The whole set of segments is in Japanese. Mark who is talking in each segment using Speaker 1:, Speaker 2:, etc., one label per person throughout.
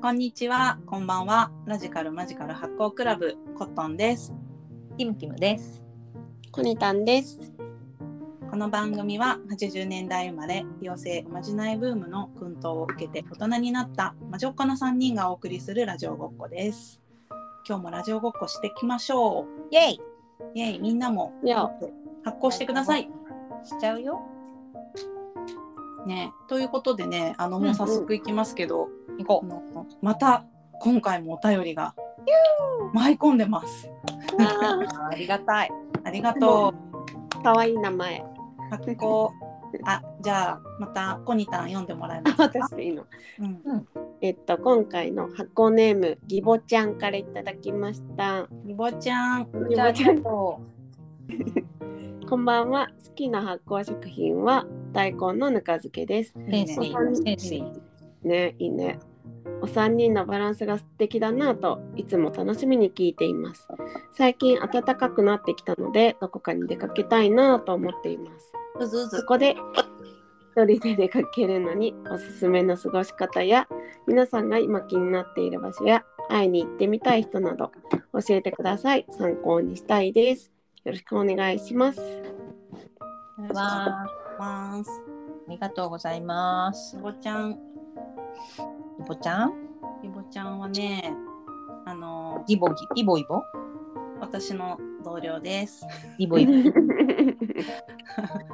Speaker 1: こんにちは、こんばんは。ラジカルマジカル発行クラブコットンです。
Speaker 2: キムキムです。
Speaker 3: コネタンです。
Speaker 1: この番組は80年代生まれ、妖精おまじないブームの薫陶を受けて大人になった魔女っ子の3人がお送りするラジオごっこです。今日もラジオごっこしてきましょう。
Speaker 2: イェイし
Speaker 1: イエイ、みんなも
Speaker 3: いや、
Speaker 1: 発行してください。
Speaker 2: ちゃうよ。
Speaker 1: ね、ということでね、あのもう早速いきますけど、
Speaker 2: 行こ
Speaker 1: あのまた今回もお便りが舞い込んでます。
Speaker 2: う。ありがたい。
Speaker 1: ありがとう。
Speaker 3: 可愛い名 前。
Speaker 1: 発行。あ、じゃあ、またコニタン読んでもらえます か。
Speaker 3: 私でいいの。
Speaker 1: うん、
Speaker 3: えっと、今回の箱ネーム、ギボちゃんからいただきました。
Speaker 1: リボちゃん。
Speaker 3: ギ
Speaker 2: あ
Speaker 3: ボちゃん、
Speaker 2: と
Speaker 3: こんばんは。好きな発酵食品は大根のぬか漬けです。
Speaker 2: う先生
Speaker 1: いいね
Speaker 2: 先
Speaker 1: いいね
Speaker 2: 生。
Speaker 3: ね、いいね。お三人のバランスが素敵だなぁといつも楽しみに聞いています。最近暖かくなってきたのでどこかに出かけたいなぁと思っています。
Speaker 1: うずう
Speaker 3: そ
Speaker 1: ず。
Speaker 3: こで一人で出かけるのにおすすめの過ごし方や皆さんが今気になっている場所や会いに行ってみたい人など教えてください参考にしたいですよろしくお願いします
Speaker 1: わ
Speaker 2: わ
Speaker 1: ー
Speaker 2: あ、
Speaker 1: ます。
Speaker 2: ありがとうございます
Speaker 1: リ。ボちゃん。
Speaker 2: イボちゃん、
Speaker 1: リボちゃんはね。あの、
Speaker 2: イボギ、イボイボ、
Speaker 1: 私の同僚です。
Speaker 2: イ ボ イボ。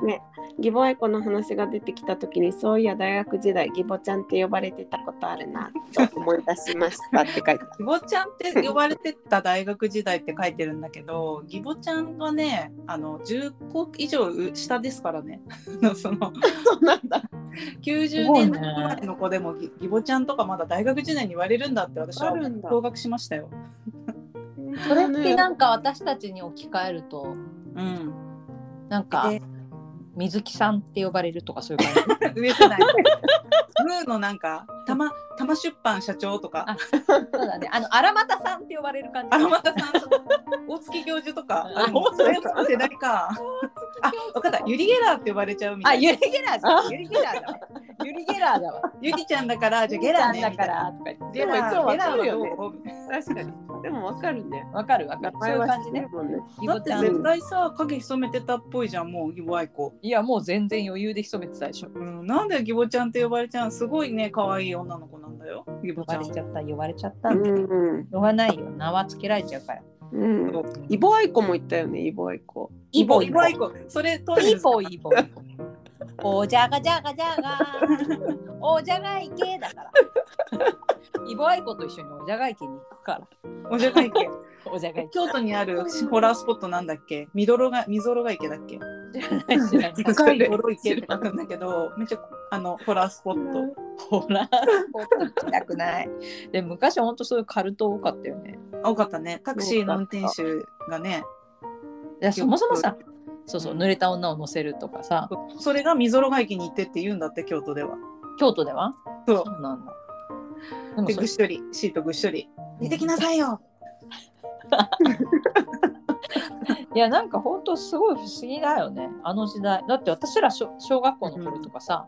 Speaker 3: ね、義母愛子の話が出てきた時にそういや大学時代義母ちゃんって呼ばれてたことあるなと思い出しましたって書いてある
Speaker 1: ギボちゃんって呼ばれてた大学時代って書いてるんだけど、ギボちゃんはね、あの10個以上下ですからね。 あのその
Speaker 3: そうなんだ
Speaker 2: す
Speaker 1: 90
Speaker 2: ごい
Speaker 1: 年
Speaker 2: ね
Speaker 1: 代生まれの子でもギギボちゃんとかまだ大学時代に言われるんだって私は
Speaker 3: るん
Speaker 1: 驚愕しましたよ。
Speaker 2: それってなんか私たちに置き換えると、
Speaker 1: うん。
Speaker 2: なんか
Speaker 1: で。
Speaker 2: 水木さんって呼ばれるとかそうい う感じ。
Speaker 1: 上世代ムーのなんか玉玉出版社長とか
Speaker 2: あそうだね。あの荒俣さんって呼ばれる感じ。
Speaker 1: 荒俣さんとか大月教授とか
Speaker 2: あ
Speaker 1: あでもそれも世代かあ分かったユリ・ゲラーって呼ばれちゃうみた
Speaker 2: あ、
Speaker 1: いな
Speaker 2: ユリゲラーじゃん。ユリゲラーだわ。 ユリゲラーだわ。
Speaker 1: ユリちゃんだからじゃあゲラーね
Speaker 2: ちゃんだからとか言って。
Speaker 1: ゲラ
Speaker 3: で
Speaker 1: ー
Speaker 3: も一応わかる
Speaker 1: ゲラ
Speaker 3: よね
Speaker 1: ーはどうみたい
Speaker 3: 確かにでもわかるね
Speaker 2: わかるわか
Speaker 3: 名
Speaker 2: る。そうい
Speaker 3: 前
Speaker 2: う
Speaker 3: は
Speaker 2: 感
Speaker 3: 知
Speaker 2: じ
Speaker 3: って
Speaker 2: ね
Speaker 3: る。もんね
Speaker 2: イ
Speaker 1: なだっ
Speaker 2: ボち
Speaker 1: て
Speaker 2: ゃ
Speaker 3: 全
Speaker 2: ん
Speaker 1: 絶。対さ影潜めてたっぽいじゃんもうギボアイコ、
Speaker 2: いやもう全然余裕で潜めてたでしょ。
Speaker 1: うん、なんでギボちゃんって呼ばれちゃうんすごいね可愛い女の子なんだよギボち
Speaker 2: 呼ば
Speaker 1: ゃん
Speaker 2: れちゃった呼ばれちゃった。
Speaker 3: う
Speaker 2: し
Speaker 3: ん
Speaker 2: ょうがないよ名はつけられちゃうから。
Speaker 3: うんうんイボアイコも言ったよねイボアイコ
Speaker 1: イボイ
Speaker 2: イ
Speaker 1: ボ
Speaker 2: ボ
Speaker 1: ア
Speaker 2: イ
Speaker 1: イコそれと
Speaker 2: ボイボ。おじゃがじゃがじゃが。おじゃがいけだから。イボアイコと一緒におじゃがいけに行くから。
Speaker 1: おじゃないけ
Speaker 2: おじゃがい
Speaker 1: 京都にあるホラースポットなんだっけみどろがみぞろが池だっけ
Speaker 2: け。知らない知らない
Speaker 1: 深い泥池ってあるんだけどめっちゃあのホラースポット
Speaker 2: ほら、もっと行きたくない。で昔は本当そういうカルト多かったよね。
Speaker 1: 多かったねタクシーの運転手がね
Speaker 2: いやそもそもさ、そうそう
Speaker 1: うん
Speaker 2: 濡れた女を乗せるとかさ、
Speaker 1: それがみぞろが池に行ってって言うんだって京都では
Speaker 2: 京都では。
Speaker 1: そ
Speaker 2: そうなんだ。で
Speaker 1: う
Speaker 2: も
Speaker 1: で
Speaker 2: そ
Speaker 1: ぐっ
Speaker 2: れ
Speaker 1: しょりシートぐっしょり出てきなさいよ
Speaker 2: いやなんか本当すごい不思議だよねあの時代だって私ら小小学校の頃とかさ、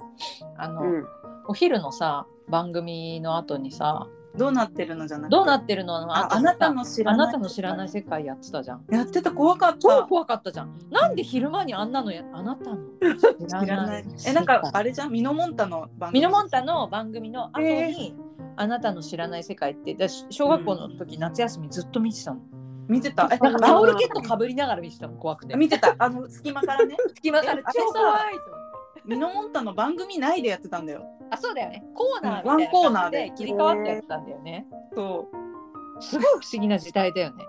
Speaker 2: あの、
Speaker 3: うん
Speaker 2: お昼のさ番組の後にさ
Speaker 1: どうなってるのじゃなくて
Speaker 2: どうなってるのの後に
Speaker 1: あ
Speaker 2: さ
Speaker 1: あなたの知ら
Speaker 2: あ
Speaker 1: ない
Speaker 2: なたの知らない世界やってたじゃん
Speaker 1: やってた怖かっ
Speaker 2: 超
Speaker 1: た
Speaker 2: 怖かったじゃんなんで昼間にあんなのやあなたの知ら
Speaker 1: 知らな
Speaker 2: ない
Speaker 1: いえなんかあれじゃんミノモンタの番組
Speaker 2: ミノモンタの番組の後に、
Speaker 1: え
Speaker 2: あなたの知らない世界ってだ小学校の時、夏休みずっと見てたの
Speaker 1: 見てたえ
Speaker 2: なんかタオルケットかぶりながら見てたの怖くて
Speaker 1: 見てたあの隙間からね
Speaker 2: 隙間から
Speaker 1: えあれ
Speaker 2: 超
Speaker 1: さ
Speaker 2: 怖いと思って
Speaker 1: ミノモンタの番組内でやってたんだよ
Speaker 2: あそうだよねコーナーみたいな
Speaker 1: ワンコーナー
Speaker 2: 感じ
Speaker 1: で
Speaker 2: 切り替わってやってたんだよね、
Speaker 1: そう
Speaker 2: すごい不思議な時代だよね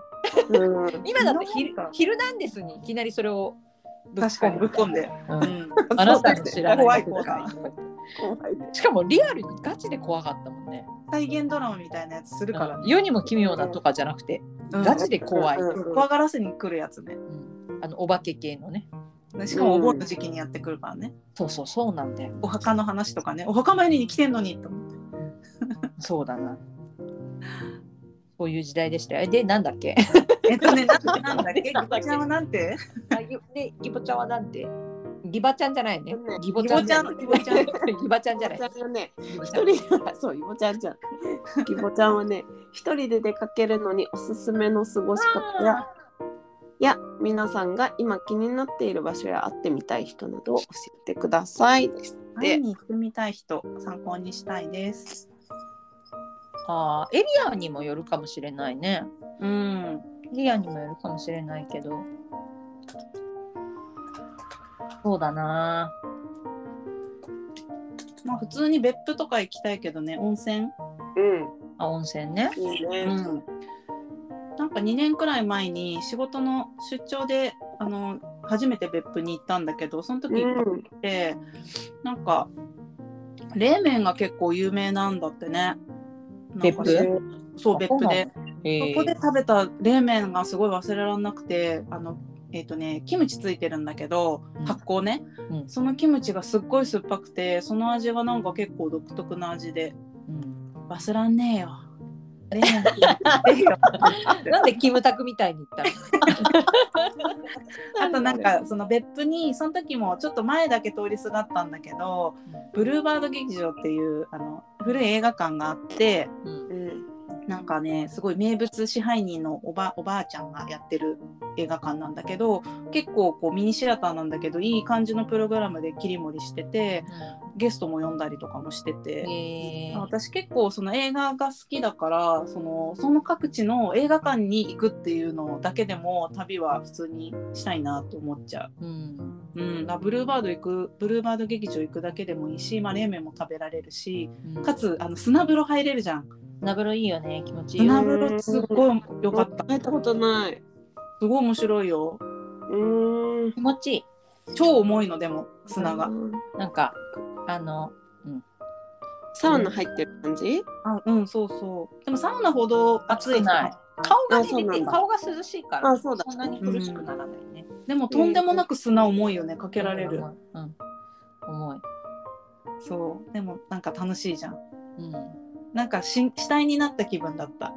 Speaker 3: うん
Speaker 1: そ
Speaker 2: 今だと
Speaker 1: んなもん
Speaker 2: ひ
Speaker 1: か
Speaker 2: 「ヒルナンデス」にいきなりそれをぶっ
Speaker 1: 確かにぶっ
Speaker 2: 込
Speaker 1: こ
Speaker 2: ん
Speaker 1: んで、
Speaker 2: う
Speaker 1: うんん、
Speaker 2: あなたの知らない
Speaker 1: 怖い
Speaker 2: 世
Speaker 1: 怖い
Speaker 2: 界しかもリアルにガチで怖かったもんね、
Speaker 1: 再現ドラマみたいなやつするから、ね
Speaker 2: 世にも奇妙なとかじゃなくて、
Speaker 1: うん
Speaker 2: ガチで怖い、
Speaker 3: うん
Speaker 1: 怖がらせに来るやつね
Speaker 2: うんあのお化け系のね
Speaker 1: しかもお盆の時期にやってくるからね、
Speaker 2: そうそうそうなんだよ
Speaker 1: お墓の話とかねお墓参りに来てんのにと思って
Speaker 2: そうだなそういう時代でしたよえでなんだっけ
Speaker 1: えっとねなんなんだっけ
Speaker 2: なんだっけ
Speaker 1: こちらはなんて
Speaker 2: あゆでギボちゃんはなんてギバちゃんじゃないね
Speaker 3: うん。
Speaker 2: ギボちゃんじゃない。
Speaker 1: ギボちゃん
Speaker 2: ギバちゃんじゃない。
Speaker 3: はね、
Speaker 2: ギボちゃ
Speaker 3: 一
Speaker 2: ん
Speaker 3: 人では、そう、イボちゃんじゃん。イボちゃんはね、一人で出かけるのにおすすめの過ごし方や、いや、皆さんが今気になっている場所や会ってみたい人などを教えてくださいですって。
Speaker 1: 会いに行ってみたい人参考にしたいです。
Speaker 2: あーエリアにもよるかもしれないね。
Speaker 1: うん。
Speaker 2: エリアにもよるかもしれないけど。そうだな。
Speaker 1: まあ普通に別府とか行きたいけどね、温泉。
Speaker 3: う
Speaker 2: あ温泉ね。
Speaker 3: ん、いいね。
Speaker 1: うん。なんか2年くらい前に仕事の出張であの初めて別府に行ったんだけど、その時行
Speaker 3: うん、
Speaker 1: って、なんか冷麺が結構有名なんだってね。なんか
Speaker 2: 別府
Speaker 1: そう別府で。
Speaker 2: え
Speaker 1: そこで食べた冷麺がすごい忘れられなくてあのえっ、とねキムチついてるんだけど
Speaker 2: うん
Speaker 1: 発酵ね、
Speaker 2: うん
Speaker 1: そのキムチがすっごい酸っぱくてその味がなんか結構独特な味で
Speaker 2: うん
Speaker 1: 忘らんねえよ冷麺食ってよ
Speaker 2: なんでキムタクみたいに言っ
Speaker 1: あとなんかその別府にその時もちょっと前だけ通りすがったんだけど
Speaker 2: たの
Speaker 1: ブルーバード劇場っていうあの古い映画館があって
Speaker 2: うん
Speaker 3: うん、
Speaker 1: なんかねすごい名物支配人のおばおばあちゃんがやってる映画館なんだけど結構こうミニシアターなんだけどいい感じのプログラムで切り盛りしててゲストも呼んだりとかもしてて。
Speaker 2: えー
Speaker 1: 私結構その映画が好きだからそのその各地の映画館に行くっていうのだけでも旅は普通にしたいなと思っちゃ
Speaker 2: うん
Speaker 1: う、うん、だからブルーバード行くブルーバード劇場行くだけでもいいし、まあ、冷麺も食べられるし
Speaker 2: うん
Speaker 1: かつあの砂風呂入れるじゃん
Speaker 2: ナブロいいよね気持ちいいよ
Speaker 1: 砂風呂すっごい良かった。
Speaker 3: 入ったことない。
Speaker 1: すごい面白いよ。
Speaker 3: うん。
Speaker 2: 気持ちいい
Speaker 1: 超重いのでも砂が。。
Speaker 2: なんかあの
Speaker 3: サウナ入ってる感じ？
Speaker 1: あうんそうそう。でもサウナほど暑い
Speaker 2: 暑く
Speaker 1: 日
Speaker 2: ない
Speaker 1: は
Speaker 2: 顔が
Speaker 3: あそう
Speaker 2: 出
Speaker 3: な
Speaker 2: て
Speaker 3: んだ
Speaker 2: 顔が涼しいから
Speaker 3: あそうだ
Speaker 2: んなに苦しくならないね
Speaker 1: でもとんでもなく砂重いよねかけられる。
Speaker 2: うん重い
Speaker 1: そうでもなんか楽しいじゃん。
Speaker 2: うん
Speaker 1: なんかし死体になった気分だった。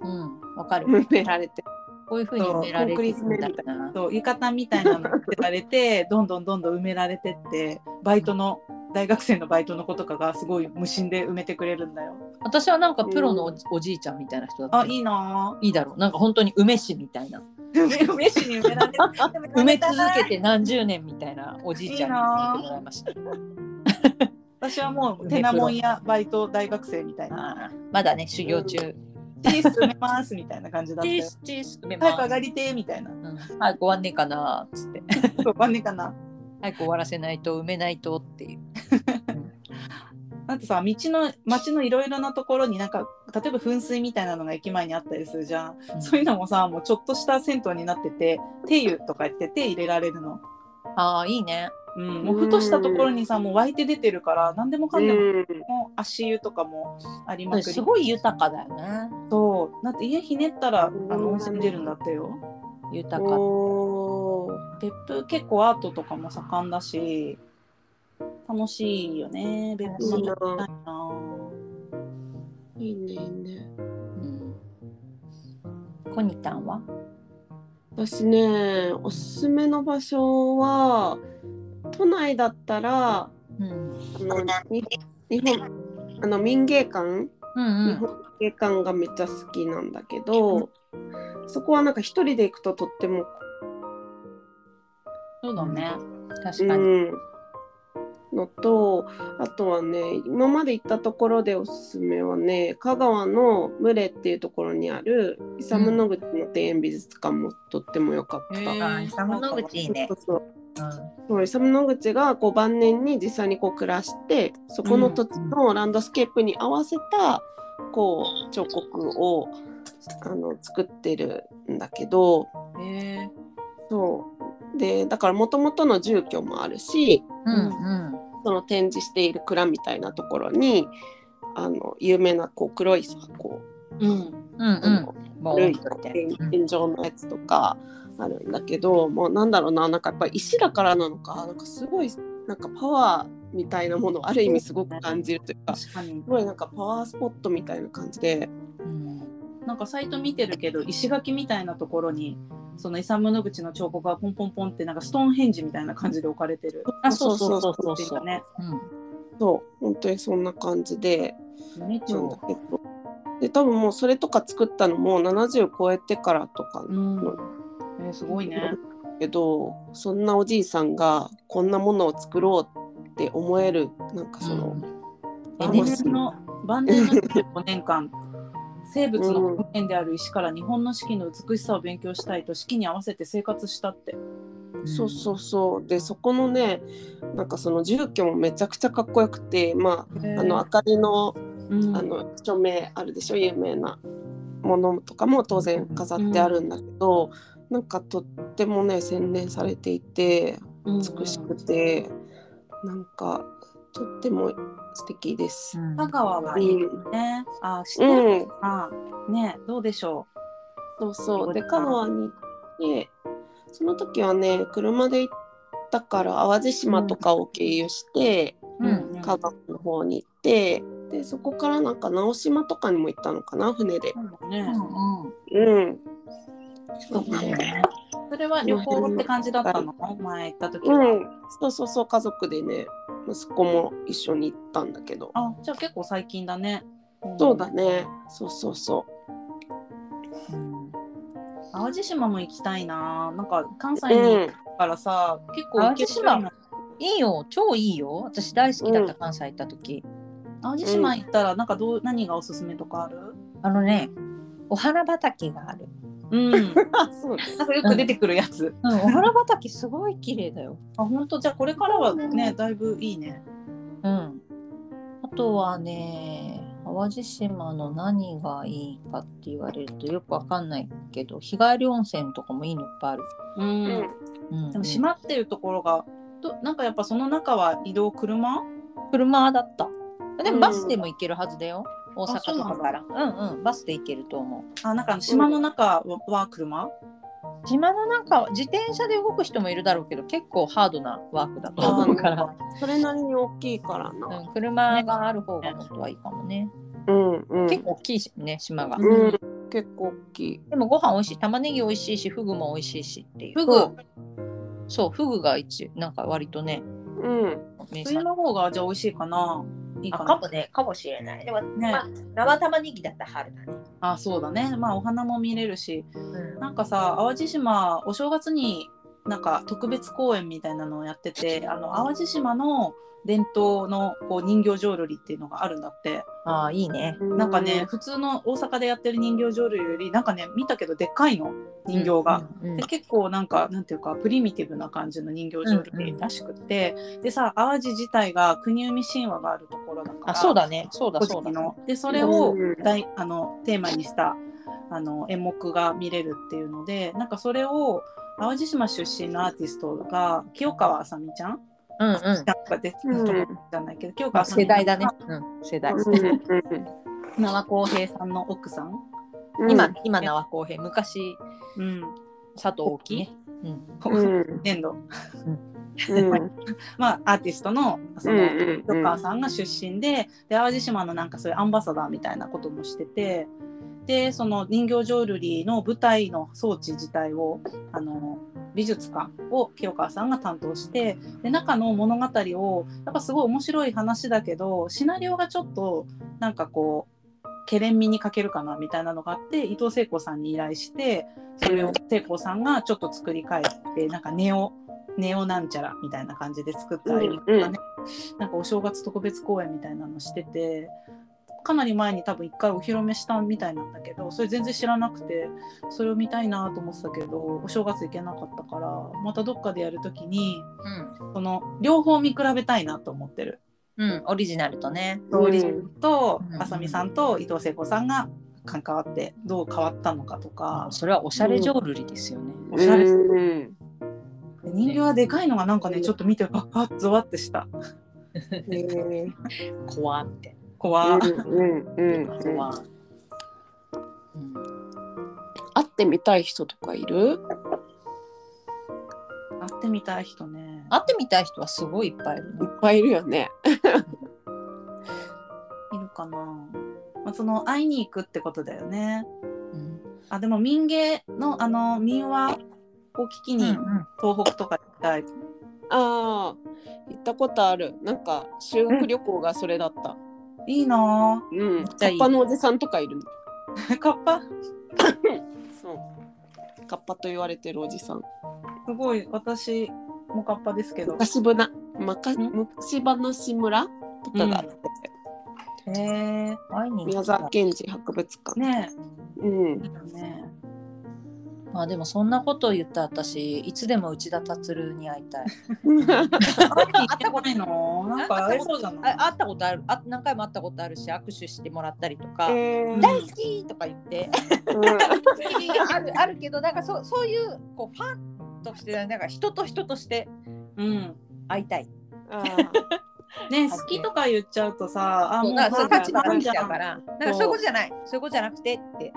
Speaker 2: うんわかる
Speaker 3: 埋められて。
Speaker 2: こういう風に埋められていくんだったな
Speaker 1: そう浴衣みたいなの着てられてどんどんどんどん埋められてってバイトの大学生のバイトの子とかがすごい無心で埋めてくれるんだよ。
Speaker 2: 私はなんかプロのおじおじいちゃんみたいな人だった
Speaker 1: あいいない
Speaker 2: いだろうなんか本当に梅酒みたいな
Speaker 1: ぁ。 埋めしに埋められて
Speaker 2: 埋め続けて何十年みたいなおじいちゃんになってもらいました
Speaker 1: 私はもうテナモンやバイト大学生みたいな。
Speaker 2: あーまだね修行中
Speaker 1: チーズ埋めますみたいな感じだった
Speaker 2: チー
Speaker 1: よ。
Speaker 2: スチース埋めま
Speaker 1: 早
Speaker 2: す
Speaker 1: く上がりてーみたいな。
Speaker 2: うん早く終わんねえかなっつって
Speaker 1: そうわかんねえかな。
Speaker 2: 早く終わらせないと埋めないとっていう
Speaker 1: だってさ道の町のいろいろなところになんか例えば噴水みたいなのが駅前にあったりするじゃん、そういうのもさもうちょっとした銭湯になってて手湯とか言って手入れられるの、
Speaker 2: ああいいね
Speaker 1: うん、もうふとしたところにさもう湧いて出てるから何でもかんでも。
Speaker 3: ん。
Speaker 1: もう足湯とかもありまくり
Speaker 2: すごい豊かだよね
Speaker 1: そうだって家ひねったらあの
Speaker 3: うん
Speaker 1: 温泉出るんだってよ
Speaker 2: 豊か
Speaker 3: おお。
Speaker 1: 別府結構アートとかも盛んだし楽しいよね別府も行きたいない
Speaker 3: いねいいね。
Speaker 2: うんコニタンは
Speaker 3: 私ね、おすすめの場所は都内だったらあ
Speaker 2: うん
Speaker 3: のに日本あの民芸館
Speaker 2: う
Speaker 3: 日
Speaker 2: ん
Speaker 3: 本芸館がめっちゃ好きなんだけど、そこはなんか一人で行くととっても、
Speaker 1: そうだね
Speaker 2: 確
Speaker 3: う
Speaker 2: かに
Speaker 3: ん、のとあとはね今まで行ったところでおすすめはね香川の群れっていうところにあるイサム・ノグチの庭園美術館もとっても良かった。
Speaker 1: へー
Speaker 2: あ寒の口いいね
Speaker 3: そうそう
Speaker 2: う
Speaker 3: そうイサム・ノグチがこう晩年に実際にこう暮らしてそこの土地のランドスケープに合わせたこう彫刻をあの作ってるんだけど
Speaker 1: へえ
Speaker 3: そうでだからもともとの住居もあるし
Speaker 2: んうん
Speaker 3: その展示している蔵みたいなところにあの有名なこう黒いさこ
Speaker 1: うん
Speaker 2: うん
Speaker 3: う、
Speaker 2: うんもう
Speaker 3: 古
Speaker 2: 置
Speaker 3: い
Speaker 2: いといて
Speaker 3: 天天井のやつとかあるんだけど、もうなんだろうななんかやっぱ石だからなのかなんかすごいなんかパワーみたいなものをある意味すごく感じるというかす
Speaker 1: 確かに
Speaker 3: ごいなんかパワースポットみたいな感じで
Speaker 2: うん
Speaker 1: なんかサイト見てるけど石垣みたいなところにそのイサム・ノグチの彫刻がポンポンポンってなんかストーンヘンジみたいな感じで置かれてる。
Speaker 2: あそうそうそうそう
Speaker 1: ってい
Speaker 2: そう
Speaker 1: かね。
Speaker 2: うん
Speaker 3: そう本当にそんな感じで
Speaker 1: ねち
Speaker 3: なんだ
Speaker 1: ょ
Speaker 3: けどで多分もうそれとか作ったのも70超えてからとか
Speaker 1: ううん。えーすごいね。
Speaker 3: けどそんなおじいさんがこんなものを作ろうって思えるなんかその、
Speaker 1: 晩
Speaker 3: ん
Speaker 2: エネル
Speaker 1: 年の晩年の25年 間生物の表現である石から日本の四季の美しさを勉強したいと四季に合わせて生活したって。
Speaker 2: ギー
Speaker 3: そうそうそうでそこのねなんかその住居もめちゃくちゃかっこよくてま
Speaker 1: へー
Speaker 3: ああの明かりの
Speaker 1: うん
Speaker 3: あの署名あるでしょ有名なものとかも当然飾ってあるんだけど、なんかとってもね洗練されていて美しくて、なんかとっても素敵です。
Speaker 2: うん
Speaker 1: 香川が
Speaker 3: う
Speaker 1: いいね。
Speaker 3: ん、
Speaker 1: あ知ってる
Speaker 3: うん、
Speaker 1: あねどうでしょ
Speaker 3: そうそうで
Speaker 1: という
Speaker 3: 香
Speaker 1: こと
Speaker 3: 川に行ってその時はね車で行ったから淡路島とかを経由して、
Speaker 1: う。
Speaker 2: うん
Speaker 3: 香川の方に行ってでそこからなんか直島とかにも行ったのかな船で。
Speaker 1: そうね
Speaker 2: う。んうん
Speaker 3: うん
Speaker 1: そうかねそれは旅行って感じだったの？前行った時
Speaker 3: う
Speaker 1: は。
Speaker 3: ん、そうそうそう家族でね息子も一緒に行ったんだけど
Speaker 1: あじゃあ結構最近だね。
Speaker 3: そうだねそうそうそ
Speaker 1: 淡路島も行きたいな。なんか関西
Speaker 3: う、
Speaker 1: に
Speaker 3: う
Speaker 1: 行っ
Speaker 3: ん、
Speaker 1: たからさ、結構
Speaker 2: 淡路
Speaker 1: 行ける
Speaker 2: 島いいよ超いいよ私大好きだった関西行った時
Speaker 1: 淡路島行ったらなんかどう何がおすすめとかある？
Speaker 2: あのねお花畑がある
Speaker 1: うん。な
Speaker 3: あ そうね
Speaker 1: んかよく出てくるやつ。
Speaker 2: うんお花畑すごい綺麗だよ
Speaker 1: あ本当じゃあこれからはねだいぶいいね。
Speaker 2: うん。あとはね、淡路島の何がいいかって言われるとよくわかんないけど、日帰り温泉とかもいいのいっぱいある。
Speaker 1: う。
Speaker 3: うんん
Speaker 2: うん、
Speaker 1: でも島っていうところがとなんかやっぱその中は移動車？
Speaker 2: 車だった。で
Speaker 3: うん
Speaker 2: もバスでも行けるはずだよ。大阪とかから。うんうん、バスで行けると思う。
Speaker 1: あなんか島の中はは車？
Speaker 2: 島の中は自転車で動く人もいるだろうけど、結構ハードなワークだと思うから、
Speaker 3: それなりに大きいからな
Speaker 2: うん、車がある方が本当はいいかもね。
Speaker 3: うんうん
Speaker 2: 結構大きいしね、島が。
Speaker 3: うん結構大きい
Speaker 2: でもご飯美味しい、玉ねぎ美味しいし、フグも美味しいしっていう。
Speaker 1: フグ。
Speaker 2: そう、フグが一なんか割とね、
Speaker 3: うん
Speaker 2: 名
Speaker 1: 冬
Speaker 2: 産
Speaker 1: の方がじゃあ美味しいかな。いいか
Speaker 2: あ
Speaker 1: な。
Speaker 2: かもね、かもしれない。でも、
Speaker 1: ね
Speaker 2: まあ、生玉ねぎだったら春だね。
Speaker 1: あそうだね。まあお花も見れるし、
Speaker 2: うん
Speaker 1: なんかさ淡路島お正月になんか特別公演みたいなのをやってて、あの淡路島の伝統のこう人形浄瑠璃っていうのがあるんだって。
Speaker 2: ああ、いいね。
Speaker 1: なんかね、普通の大阪でやってる人形浄瑠璃よりなんかね見たけどでっかいの人形が。
Speaker 2: うん。うん
Speaker 1: で結構なんかなんていうかプリミティブな感じの人形浄瑠璃らしくて、でさ淡路自体が国生み神話があるところだから
Speaker 2: あ、そうだね。そうだ、
Speaker 1: 古
Speaker 2: そう
Speaker 1: 事記
Speaker 2: だ。
Speaker 1: のでそれを
Speaker 3: うん
Speaker 1: 大あのテーマにしたあの演目が見れるっていうのでなんかそれを淡路島出身のアーティストが清川あさみちゃん
Speaker 2: うん
Speaker 1: なん
Speaker 2: う
Speaker 1: かです
Speaker 3: うん
Speaker 1: じゃないけど清川あ
Speaker 2: ん。
Speaker 1: さみ
Speaker 2: 世
Speaker 1: ちゃん
Speaker 2: 代だね。うん、世代。
Speaker 3: うん
Speaker 1: 縄公平さんの奥さん、
Speaker 3: うん
Speaker 2: 今、今、名は公平。昔、
Speaker 1: うん、
Speaker 2: 佐藤大きね。
Speaker 3: うん
Speaker 1: 年度
Speaker 3: うん
Speaker 1: まあアーティストのその、
Speaker 3: うんう
Speaker 1: ロッ
Speaker 3: ん
Speaker 1: カーさんが出身でで淡路島のなんかそういうアンバサダーみたいなこともしててでその人形浄瑠璃の舞台の装置自体をあの美術館を清川さんが担当してで中の物語をやっぱすごい面白い話だけどシナリオがちょっとなんかこう。けれんみに欠けるかなみたいなのがあって伊藤聖子さんに依頼してそれを聖子さんがちょっと作り変えてなんかネオネオなんちゃらみたいな感じで作ったりとかね、
Speaker 3: うんうん
Speaker 1: なんかお正月特別公演みたいなのしててかなり前に多分一回お披露目したみたいなんだけどそれ全然知らなくてそれを見たいなと思ってたけどお正月行けなかったからまたどっかでやるときに
Speaker 2: うん。
Speaker 1: その両方見比べたいなと思ってる。
Speaker 2: うん、オリジナルとね。
Speaker 3: うん
Speaker 1: 通りと
Speaker 2: うん
Speaker 1: あさみさんと伊藤聖子さんが関わってどう変わったのかとか
Speaker 2: それはおしゃれ浄瑠璃ですよね。
Speaker 1: おしゃれ
Speaker 3: うん
Speaker 1: 人形はでかいのがなんかねちょっと見てああゾワってした
Speaker 3: うん
Speaker 2: 怖みたい
Speaker 1: 怖っ
Speaker 3: うんうん
Speaker 2: な。
Speaker 3: うん
Speaker 2: 怖。うん。
Speaker 3: 会ってみたい人とかいる
Speaker 1: 会ってみたい人ね
Speaker 2: 会ってみたい人はすごいいっぱいいる
Speaker 3: いっ
Speaker 2: ね。
Speaker 3: ぱいいるよね
Speaker 1: いるかな、まあ、その会いに行くってことだよね
Speaker 2: うん
Speaker 1: あでも民芸のあの民話を聞きに東北とか行ったい、
Speaker 3: ああ、行ったことある。なんか修学旅行がそれだった。
Speaker 1: いいな
Speaker 3: うん。
Speaker 2: ちゃ
Speaker 3: カ
Speaker 2: いい
Speaker 3: ッパのおじさんとかいるの。
Speaker 1: あカッパ
Speaker 3: そう。カッパと言われてるおじさん。
Speaker 1: すごい私もカッパですけど
Speaker 3: 昔話、まか、
Speaker 2: ん
Speaker 3: 昔話村とかがあって、
Speaker 1: へえ
Speaker 2: 会いに行
Speaker 3: 宮
Speaker 2: きたい
Speaker 3: 沢賢治博物館。
Speaker 1: ね
Speaker 3: うん
Speaker 1: えい。いよね
Speaker 2: まあでもそんなことを言った私いつでも内田達郎に会いたい。
Speaker 1: 会ってこないのなんか会えそうじゃない
Speaker 2: あ会ったことあるあ何回も会ったことあるし握手してもらったりとか。
Speaker 3: え
Speaker 1: うん
Speaker 3: ー
Speaker 2: 大好きとか言って、
Speaker 3: う
Speaker 2: あるあるけどなんかそうそういうこうファンとしてなんか人と人として
Speaker 1: うん
Speaker 2: 会いたい。
Speaker 3: んあー
Speaker 1: ね好きとか言っちゃうとさあ
Speaker 2: そ
Speaker 1: も
Speaker 2: う
Speaker 1: う
Speaker 2: なんかそう
Speaker 3: ファン
Speaker 2: 立場が
Speaker 1: あ
Speaker 2: で
Speaker 1: る
Speaker 2: き
Speaker 1: じ
Speaker 2: ち
Speaker 1: ゃ
Speaker 2: ゃうか
Speaker 1: ん
Speaker 2: らなんかそういうことじゃないそういうことじゃなくてって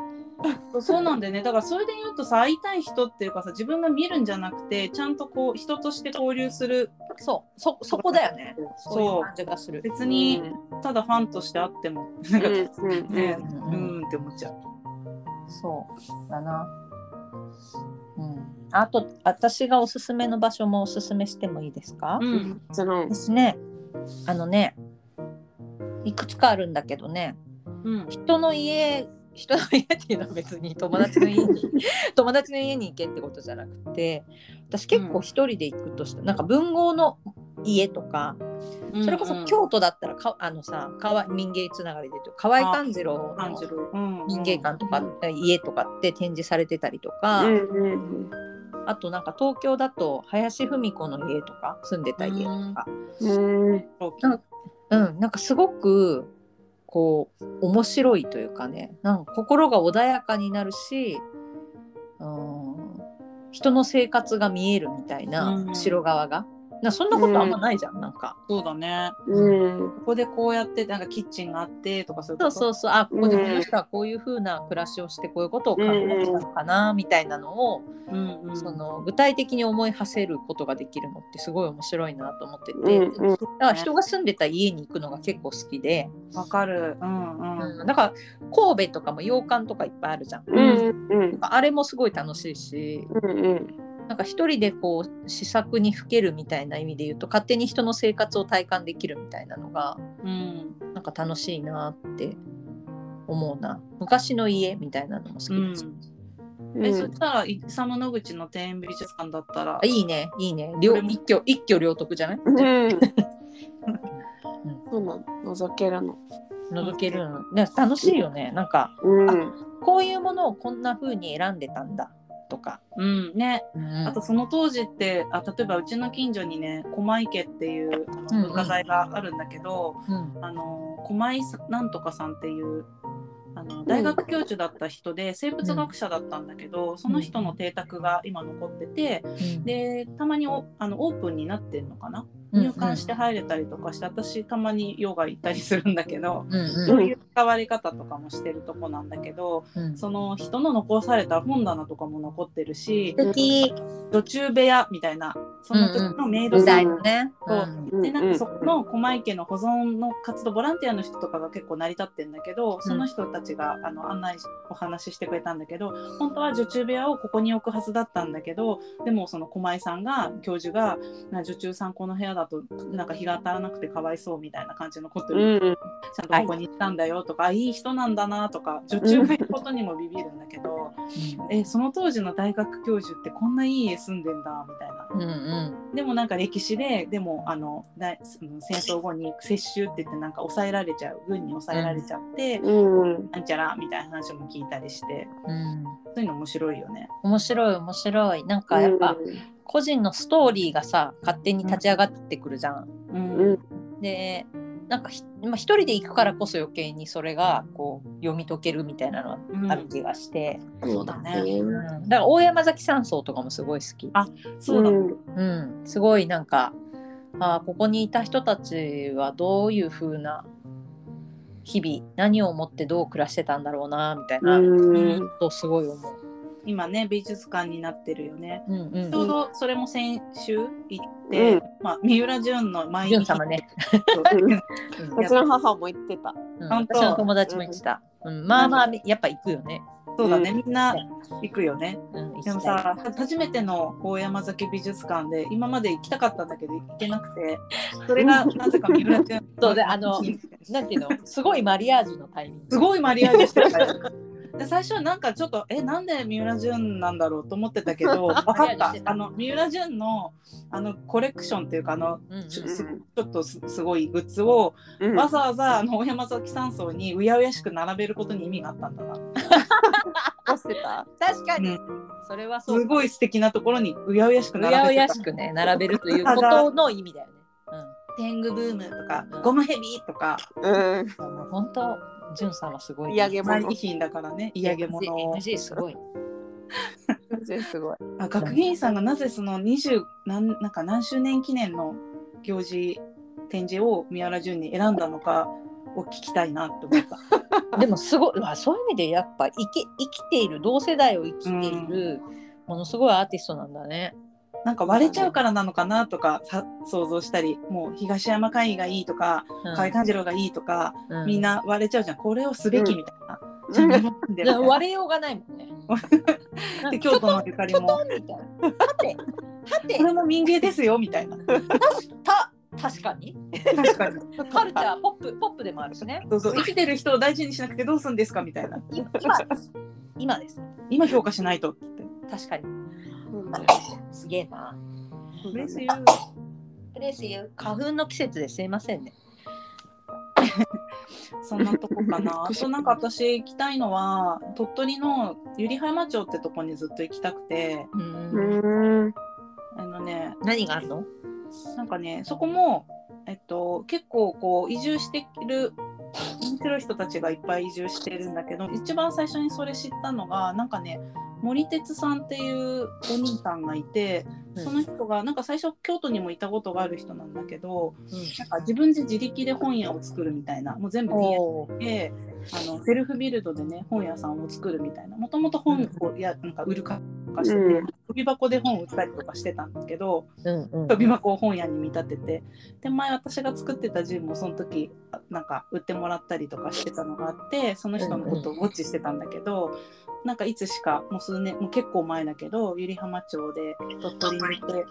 Speaker 1: そうなんだよねだからそれで言うとさ会いたい人っていうかさ自分が見るんじゃなくてちゃんとこう人として交流する
Speaker 2: そうそそこだよね
Speaker 1: そう
Speaker 2: そういう感じがする。
Speaker 1: 別にただファンとして会ってもなん
Speaker 3: う
Speaker 1: か
Speaker 3: んうんうん
Speaker 1: ね
Speaker 2: うん
Speaker 1: うーんって思っちゃう
Speaker 2: そうだな。うん、あと私がおすすめの場所もおすすめしてもいいですか、
Speaker 1: うん
Speaker 3: その
Speaker 2: 私ねあのねいくつかあるんだけどね
Speaker 1: うん
Speaker 2: 人の家人の家っていうのは別に友達の家 に友達の家に行けってことじゃなくて私結構一人で行くとして、なんか文豪の家とかそれこそ京都だったらかあのさ川民芸つながりで言うと河合勘次郎
Speaker 1: 感
Speaker 2: の
Speaker 1: じるうん
Speaker 2: 民芸館とか、家とかって展示されてたりとか、
Speaker 3: うんうん
Speaker 2: あとなんか東京だと林芙美子の家とか住んでた家とか、
Speaker 3: うんうん
Speaker 1: うん
Speaker 2: うんなんかすごくこう面白いというかねなんか心が穏やかになるし、うん、人の生活が見えるみたいな、
Speaker 1: うん
Speaker 2: 後ろ側がなそんなことあんまないじゃん、なんか
Speaker 1: そうだね
Speaker 3: うん
Speaker 1: ここでこうやってなんかキッチンがあってとかそういうこ
Speaker 2: そう
Speaker 1: と
Speaker 2: そうそうあここでこの人はこういう風な暮らしをしてこういうことを考えてたのかな、みたいなのを
Speaker 1: うんうん
Speaker 2: その具体的に思い馳せることができるのってすごい面白いなと思ってて、
Speaker 3: うんう
Speaker 2: だ
Speaker 3: ん
Speaker 2: から人が住んでた家に行くのが結構好きで、
Speaker 1: わかるうんうん
Speaker 2: うんだから神戸とかも洋館とかいっぱいあるじゃん。
Speaker 3: うんうん
Speaker 2: あれもすごい楽しいし
Speaker 3: うんうん
Speaker 2: なんか一人でこう試作にふけるみたいな意味で言うと勝手に人の生活を体感できるみたいなのが
Speaker 1: うん
Speaker 2: なんか楽しいなって思うな昔の家みたいなのも好き
Speaker 1: うん
Speaker 2: です、
Speaker 3: うん
Speaker 1: えそしたらイサムノグチの庭園美術館だったら
Speaker 2: あいいねいいね両
Speaker 1: これも
Speaker 2: 一挙一挙両得じゃない、
Speaker 3: うんそうなの覗けるの
Speaker 2: 覗けるの、ね、楽しいよねなんか
Speaker 3: うん
Speaker 2: こういうものをこんな風に選んでたんだとか、
Speaker 1: うんねあ
Speaker 2: あ
Speaker 1: と
Speaker 2: と
Speaker 1: その当時ってあ例えばうちの近所にね狛池っていうあの
Speaker 2: うんうん
Speaker 1: 文化財があるんだけど、あの狛井さなんとかさんっていうあの大学教授だった人で生物学者だったんだけど、その人の邸宅が今残っててでたまにおあのオープンになってんのかな入館して入れたりとかして、私たまにヨガ行ったりするんだけど。
Speaker 2: うんうん
Speaker 1: そういう使われ方とかもしてるとこなんだけど
Speaker 2: うん
Speaker 1: その人の残された本棚とかも残ってるし
Speaker 2: 素敵
Speaker 1: 女中部屋みたいなその時のメイド
Speaker 3: うん
Speaker 1: さん
Speaker 2: 時
Speaker 3: う
Speaker 2: 代の
Speaker 3: ん
Speaker 2: ね。
Speaker 1: そう
Speaker 2: うん
Speaker 1: でなんかそこの狛池の保存の活動ボランティアの人とかが結構成り立ってんだけどその人たちがあの案内しお話ししてくれたんだけど本当は女中部屋をここに置くはずだったんだけどでもその狛井さんが教授がな女中さんこの部屋だとなんか日が当たらなくてかわいそうみたいな感じのことを
Speaker 3: う
Speaker 1: 言って
Speaker 3: ん
Speaker 1: ちゃんとここに行ったんだよとか、あいい人なんだなとか女中がいることにもビビるんだけど、えその当時の大学教授ってこんないい家住んでんだみたいな。
Speaker 2: うんうん
Speaker 1: でもなんか歴史ででもあのだいその戦争後に接収って言ってなんか抑えられちゃう軍に抑えられちゃって、
Speaker 3: うん
Speaker 1: なんちゃらみたいな話も聞いたりして
Speaker 2: うん
Speaker 1: そういうの面白いよね。
Speaker 2: 面白い面白いなんかやっぱ個人のストーリーがさ勝手に立ち上がってくるじゃん。
Speaker 1: うん
Speaker 3: うん
Speaker 2: でなんかひ、まあ、一人で行くからこそ余計にそれがこう読み解けるみたいなのはある気がして、
Speaker 1: そうだね。
Speaker 2: うんだから大山崎山荘とかもすごい好き。
Speaker 1: あそうだ、
Speaker 2: うん、すごいなんかあーここにいた人たちはどういう風な日々何を思ってどう暮らしてたんだろうなみたいな
Speaker 3: うん
Speaker 2: ことをすごい思う。
Speaker 1: 今ね美術館になってるよね。
Speaker 2: うんう
Speaker 1: ちょうんどそれも先週行って、
Speaker 3: うん
Speaker 1: まあ、三浦淳の毎
Speaker 2: 純
Speaker 1: 日
Speaker 2: 様ね、
Speaker 1: そう
Speaker 3: うちの母も言ってた
Speaker 2: うん、
Speaker 1: 本当
Speaker 2: 私の友達も言ってた、うん、まあまあやっぱ行くよね
Speaker 1: そうそうだね、みんな行くよね。
Speaker 2: うん、行き
Speaker 1: で
Speaker 2: た
Speaker 1: も
Speaker 2: い。
Speaker 1: さ、初めての高山崎美術館で、今まで行きたかったんだけど、行けなくて、それがなぜか三浦 君
Speaker 2: そうであのなんていうのすごいマリアージュのタイミング
Speaker 1: すごいマリアージュしてたよ。 で最初はなんかちょっとえなんで三浦純なんだろうと思ってたけ ど分か
Speaker 2: マリアー
Speaker 1: っ
Speaker 2: ジュしたてた
Speaker 1: あの三浦純のあのコレクションっていうかあの
Speaker 2: うんうん
Speaker 1: ちょすちょっとすすごいグッズを
Speaker 3: うん
Speaker 1: わざわざあの大山崎山荘にうやうやしく並べることに意味があったんだな
Speaker 3: 押してた。
Speaker 2: 確かに、
Speaker 1: う
Speaker 2: それは
Speaker 1: す
Speaker 2: そう
Speaker 1: ごい素敵なところにうやうやしく
Speaker 2: うや
Speaker 1: 並
Speaker 2: う
Speaker 1: べて
Speaker 2: や
Speaker 1: た
Speaker 2: しくね並べるということの意味だよね、
Speaker 1: 天狗ブームとかゴムヘビとか
Speaker 3: うん。
Speaker 2: うん、もう本当じゅんさんはすごい
Speaker 3: 嫌げ
Speaker 1: まあい
Speaker 3: 物
Speaker 1: い。品だからね嫌げ物を
Speaker 2: NG すごい
Speaker 3: すごい。
Speaker 1: あ学芸員さんがなぜその20なんなんか何周年記念の行事展示を宮原淳に選んだのかを聞きたいなって思った。
Speaker 2: でもすごい、まあ、そういう意味でやっぱ生き生きている同世代を生きている、ものすごいアーティストなんだね。
Speaker 1: なんか割れちゃうからなのかなとかさ想像したりもう東山会議がいいとか
Speaker 2: うん
Speaker 1: 河合勘次郎がいいとか、
Speaker 2: う
Speaker 1: みんな割れちゃうじゃんこれをすべきみたいな。
Speaker 3: ん
Speaker 1: じゃあ日本でみたいな
Speaker 2: 割れようがないも んね。
Speaker 1: で京都のゆかり
Speaker 2: ちょ
Speaker 1: も
Speaker 2: と
Speaker 1: こ
Speaker 2: みたいな。 はてはて
Speaker 1: れも民芸ですよみたいな。
Speaker 2: た確かに
Speaker 1: 確かに
Speaker 2: カルチャーポップポップでもあるしね。
Speaker 1: そうそう生きてる人を大事にしなくてどうすんですかみたいな
Speaker 2: 今今です今です。
Speaker 1: 今評価しないとって。
Speaker 2: 確かにすげえな。
Speaker 3: そうだ
Speaker 1: 嬉し
Speaker 3: ね
Speaker 1: い
Speaker 2: プレスユ花粉の季節ですいませんね。
Speaker 1: そんなとこか な。あとなんか私行きたいのは鳥取の百合浜町ってとこにずっと行きたくて
Speaker 2: う。
Speaker 3: うんん。
Speaker 1: あのね
Speaker 2: 何があるの？
Speaker 1: なんかねそこも、えっと、結構こう移住してる面白い人たちがいっぱい移住してるんだけど一番最初にそれ知ったのがなんかね森哲さんっていうお兄さんがいてその人がなんか最初京都にもいたことがある人なんだけどなんか自分で自力で本屋を作るみたいなもう全部 DIY
Speaker 2: おー
Speaker 1: であのセルフビルドでね本屋さんを作るみたいなもともと本をやなんか売るかとかしてて、
Speaker 3: うん
Speaker 1: 飛び箱で本を売ったりとかしてたんだけど
Speaker 2: うんうん
Speaker 1: 飛び箱を本屋に見立ててで前私が作ってたジンもその時あなんか売ってもらったりとかしてたのがあってその人のことをウォッチしてたんだけど、なんかいつしかもう数年もう結構前だけど百合浜町で鳥取に行って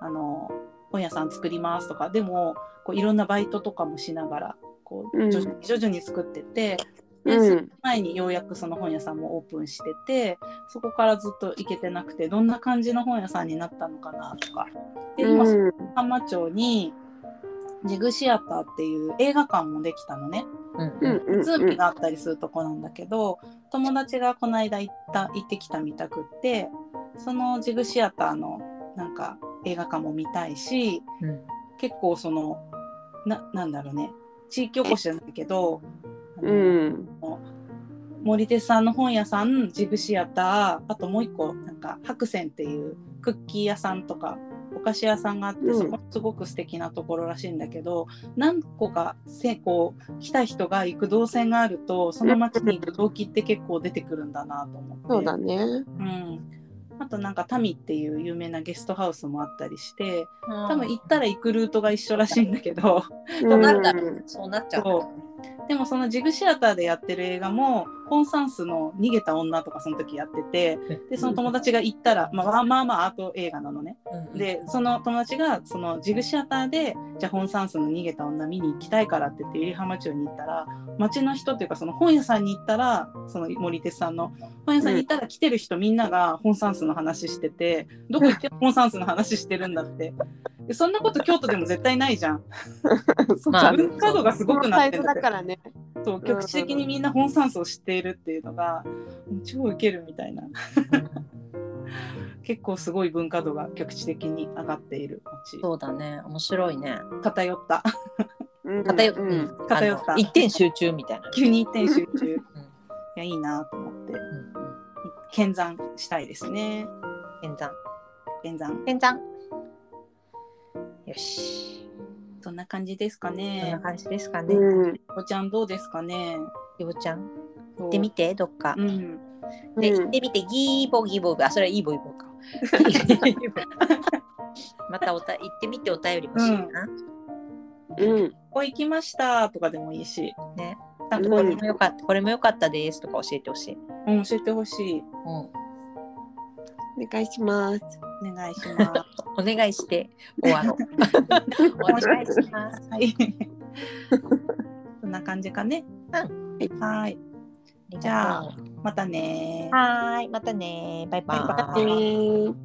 Speaker 1: あの本屋さん作りますとかでもこういろんなバイトとかもしながらこ
Speaker 3: う
Speaker 1: うん徐々に徐々に作ってて、で
Speaker 3: う
Speaker 1: その
Speaker 3: ん。
Speaker 1: 前にようやくその本屋さんもオープンしててそこからずっと行けてなくてどんな感じの本屋さんになったのかなとか。で今
Speaker 3: うん
Speaker 1: 浜町にジグシアターっていう映画館もできたのね
Speaker 2: うん
Speaker 3: う
Speaker 2: うんん
Speaker 3: うん
Speaker 1: ズームがあったりするとこなんだけど友達がこの間行った行ってきたみたくってそのジグシアターのなんか映画館も見たいし
Speaker 2: うん
Speaker 1: 結構そのななんだろうね地域おこしじゃないけど、あ
Speaker 3: う
Speaker 1: の
Speaker 3: ん。
Speaker 1: 森手さんの本屋さんジグシアターあともう一個なんか白泉っていうクッキー屋さんとかお菓子屋さんがあって
Speaker 3: うん
Speaker 1: そこすごく素敵なところらしいんだけど、何個かせこう来た人が行く動線があるとその町に行く動機って結構出てくるんだなと思って
Speaker 3: そうだね。
Speaker 1: うん、あとなんかタミっていう有名なゲストハウスもあったりして多
Speaker 2: 多
Speaker 1: 分行ったら行くルートが一緒らしいんだけど。
Speaker 3: うん
Speaker 2: なるだろう。そうなっちゃう。
Speaker 1: そうでもそのジグシアターでやってる映画もホン・サンスの「逃げた女」とかその時やっててでその友達が行ったら、まあ、まあまあまあアート映画なのね
Speaker 2: うん
Speaker 1: でその友達がそのジグシアターでじゃあホン・サンスの「逃げた女」見に行きたいからって言って百合浜町に行ったら町の人っていうかその本屋さんに行ったらその森哲さんの本屋さんに行ったら来てる人みんながホン・サンスの話しててどこ行ってもホン・サンスの話してるんだってでそんなこと京都でも絶対ないじゃん
Speaker 3: そう
Speaker 2: まあ
Speaker 3: だね
Speaker 1: 文化度がすごくなってる
Speaker 3: このサイズだからね。
Speaker 1: そう局地的にみんな本酸素を知っているっていうのがもう超ウケるみたいな結構すごい文化度が局地的に上がっている街
Speaker 2: そうだね。面白いね。
Speaker 1: 偏った
Speaker 3: うん
Speaker 2: 偏っ
Speaker 3: うん。
Speaker 2: た。
Speaker 1: 偏った
Speaker 2: あの一点集中みたいな。
Speaker 1: 急に一点集中いやいいなと思って見山したいですね
Speaker 2: 天山。
Speaker 1: 見山
Speaker 2: 天山。よし。
Speaker 1: どんな感じですか
Speaker 2: こんな
Speaker 1: ね
Speaker 2: 感じですかね。
Speaker 3: うん。
Speaker 1: おちゃんどうですかね
Speaker 2: ようちゃん。行
Speaker 1: 行
Speaker 2: ってみて、どっか
Speaker 1: う。ん
Speaker 2: で、
Speaker 3: うん
Speaker 2: 行ってみて、ギーボギーボー。あ、それはイーボイボーか。 またおた、行ってみて、お便り欲しいな。
Speaker 3: うん。
Speaker 1: ここ行きましたとかでもいいし
Speaker 2: ね。
Speaker 1: なんか
Speaker 2: こ
Speaker 1: こ
Speaker 2: れ
Speaker 1: れ、
Speaker 2: もよかったこれもよかったですとか教えてほしい、
Speaker 1: うん、教えてほしい。
Speaker 2: お
Speaker 3: お願いします。
Speaker 1: お願いします。
Speaker 2: 願いして終 わろうお願いします
Speaker 1: はい。 そんな感じかね。うん。はい。じゃあまたねー。
Speaker 2: はーいまたねバイバ
Speaker 1: バイバ
Speaker 2: イ
Speaker 1: イ
Speaker 3: えー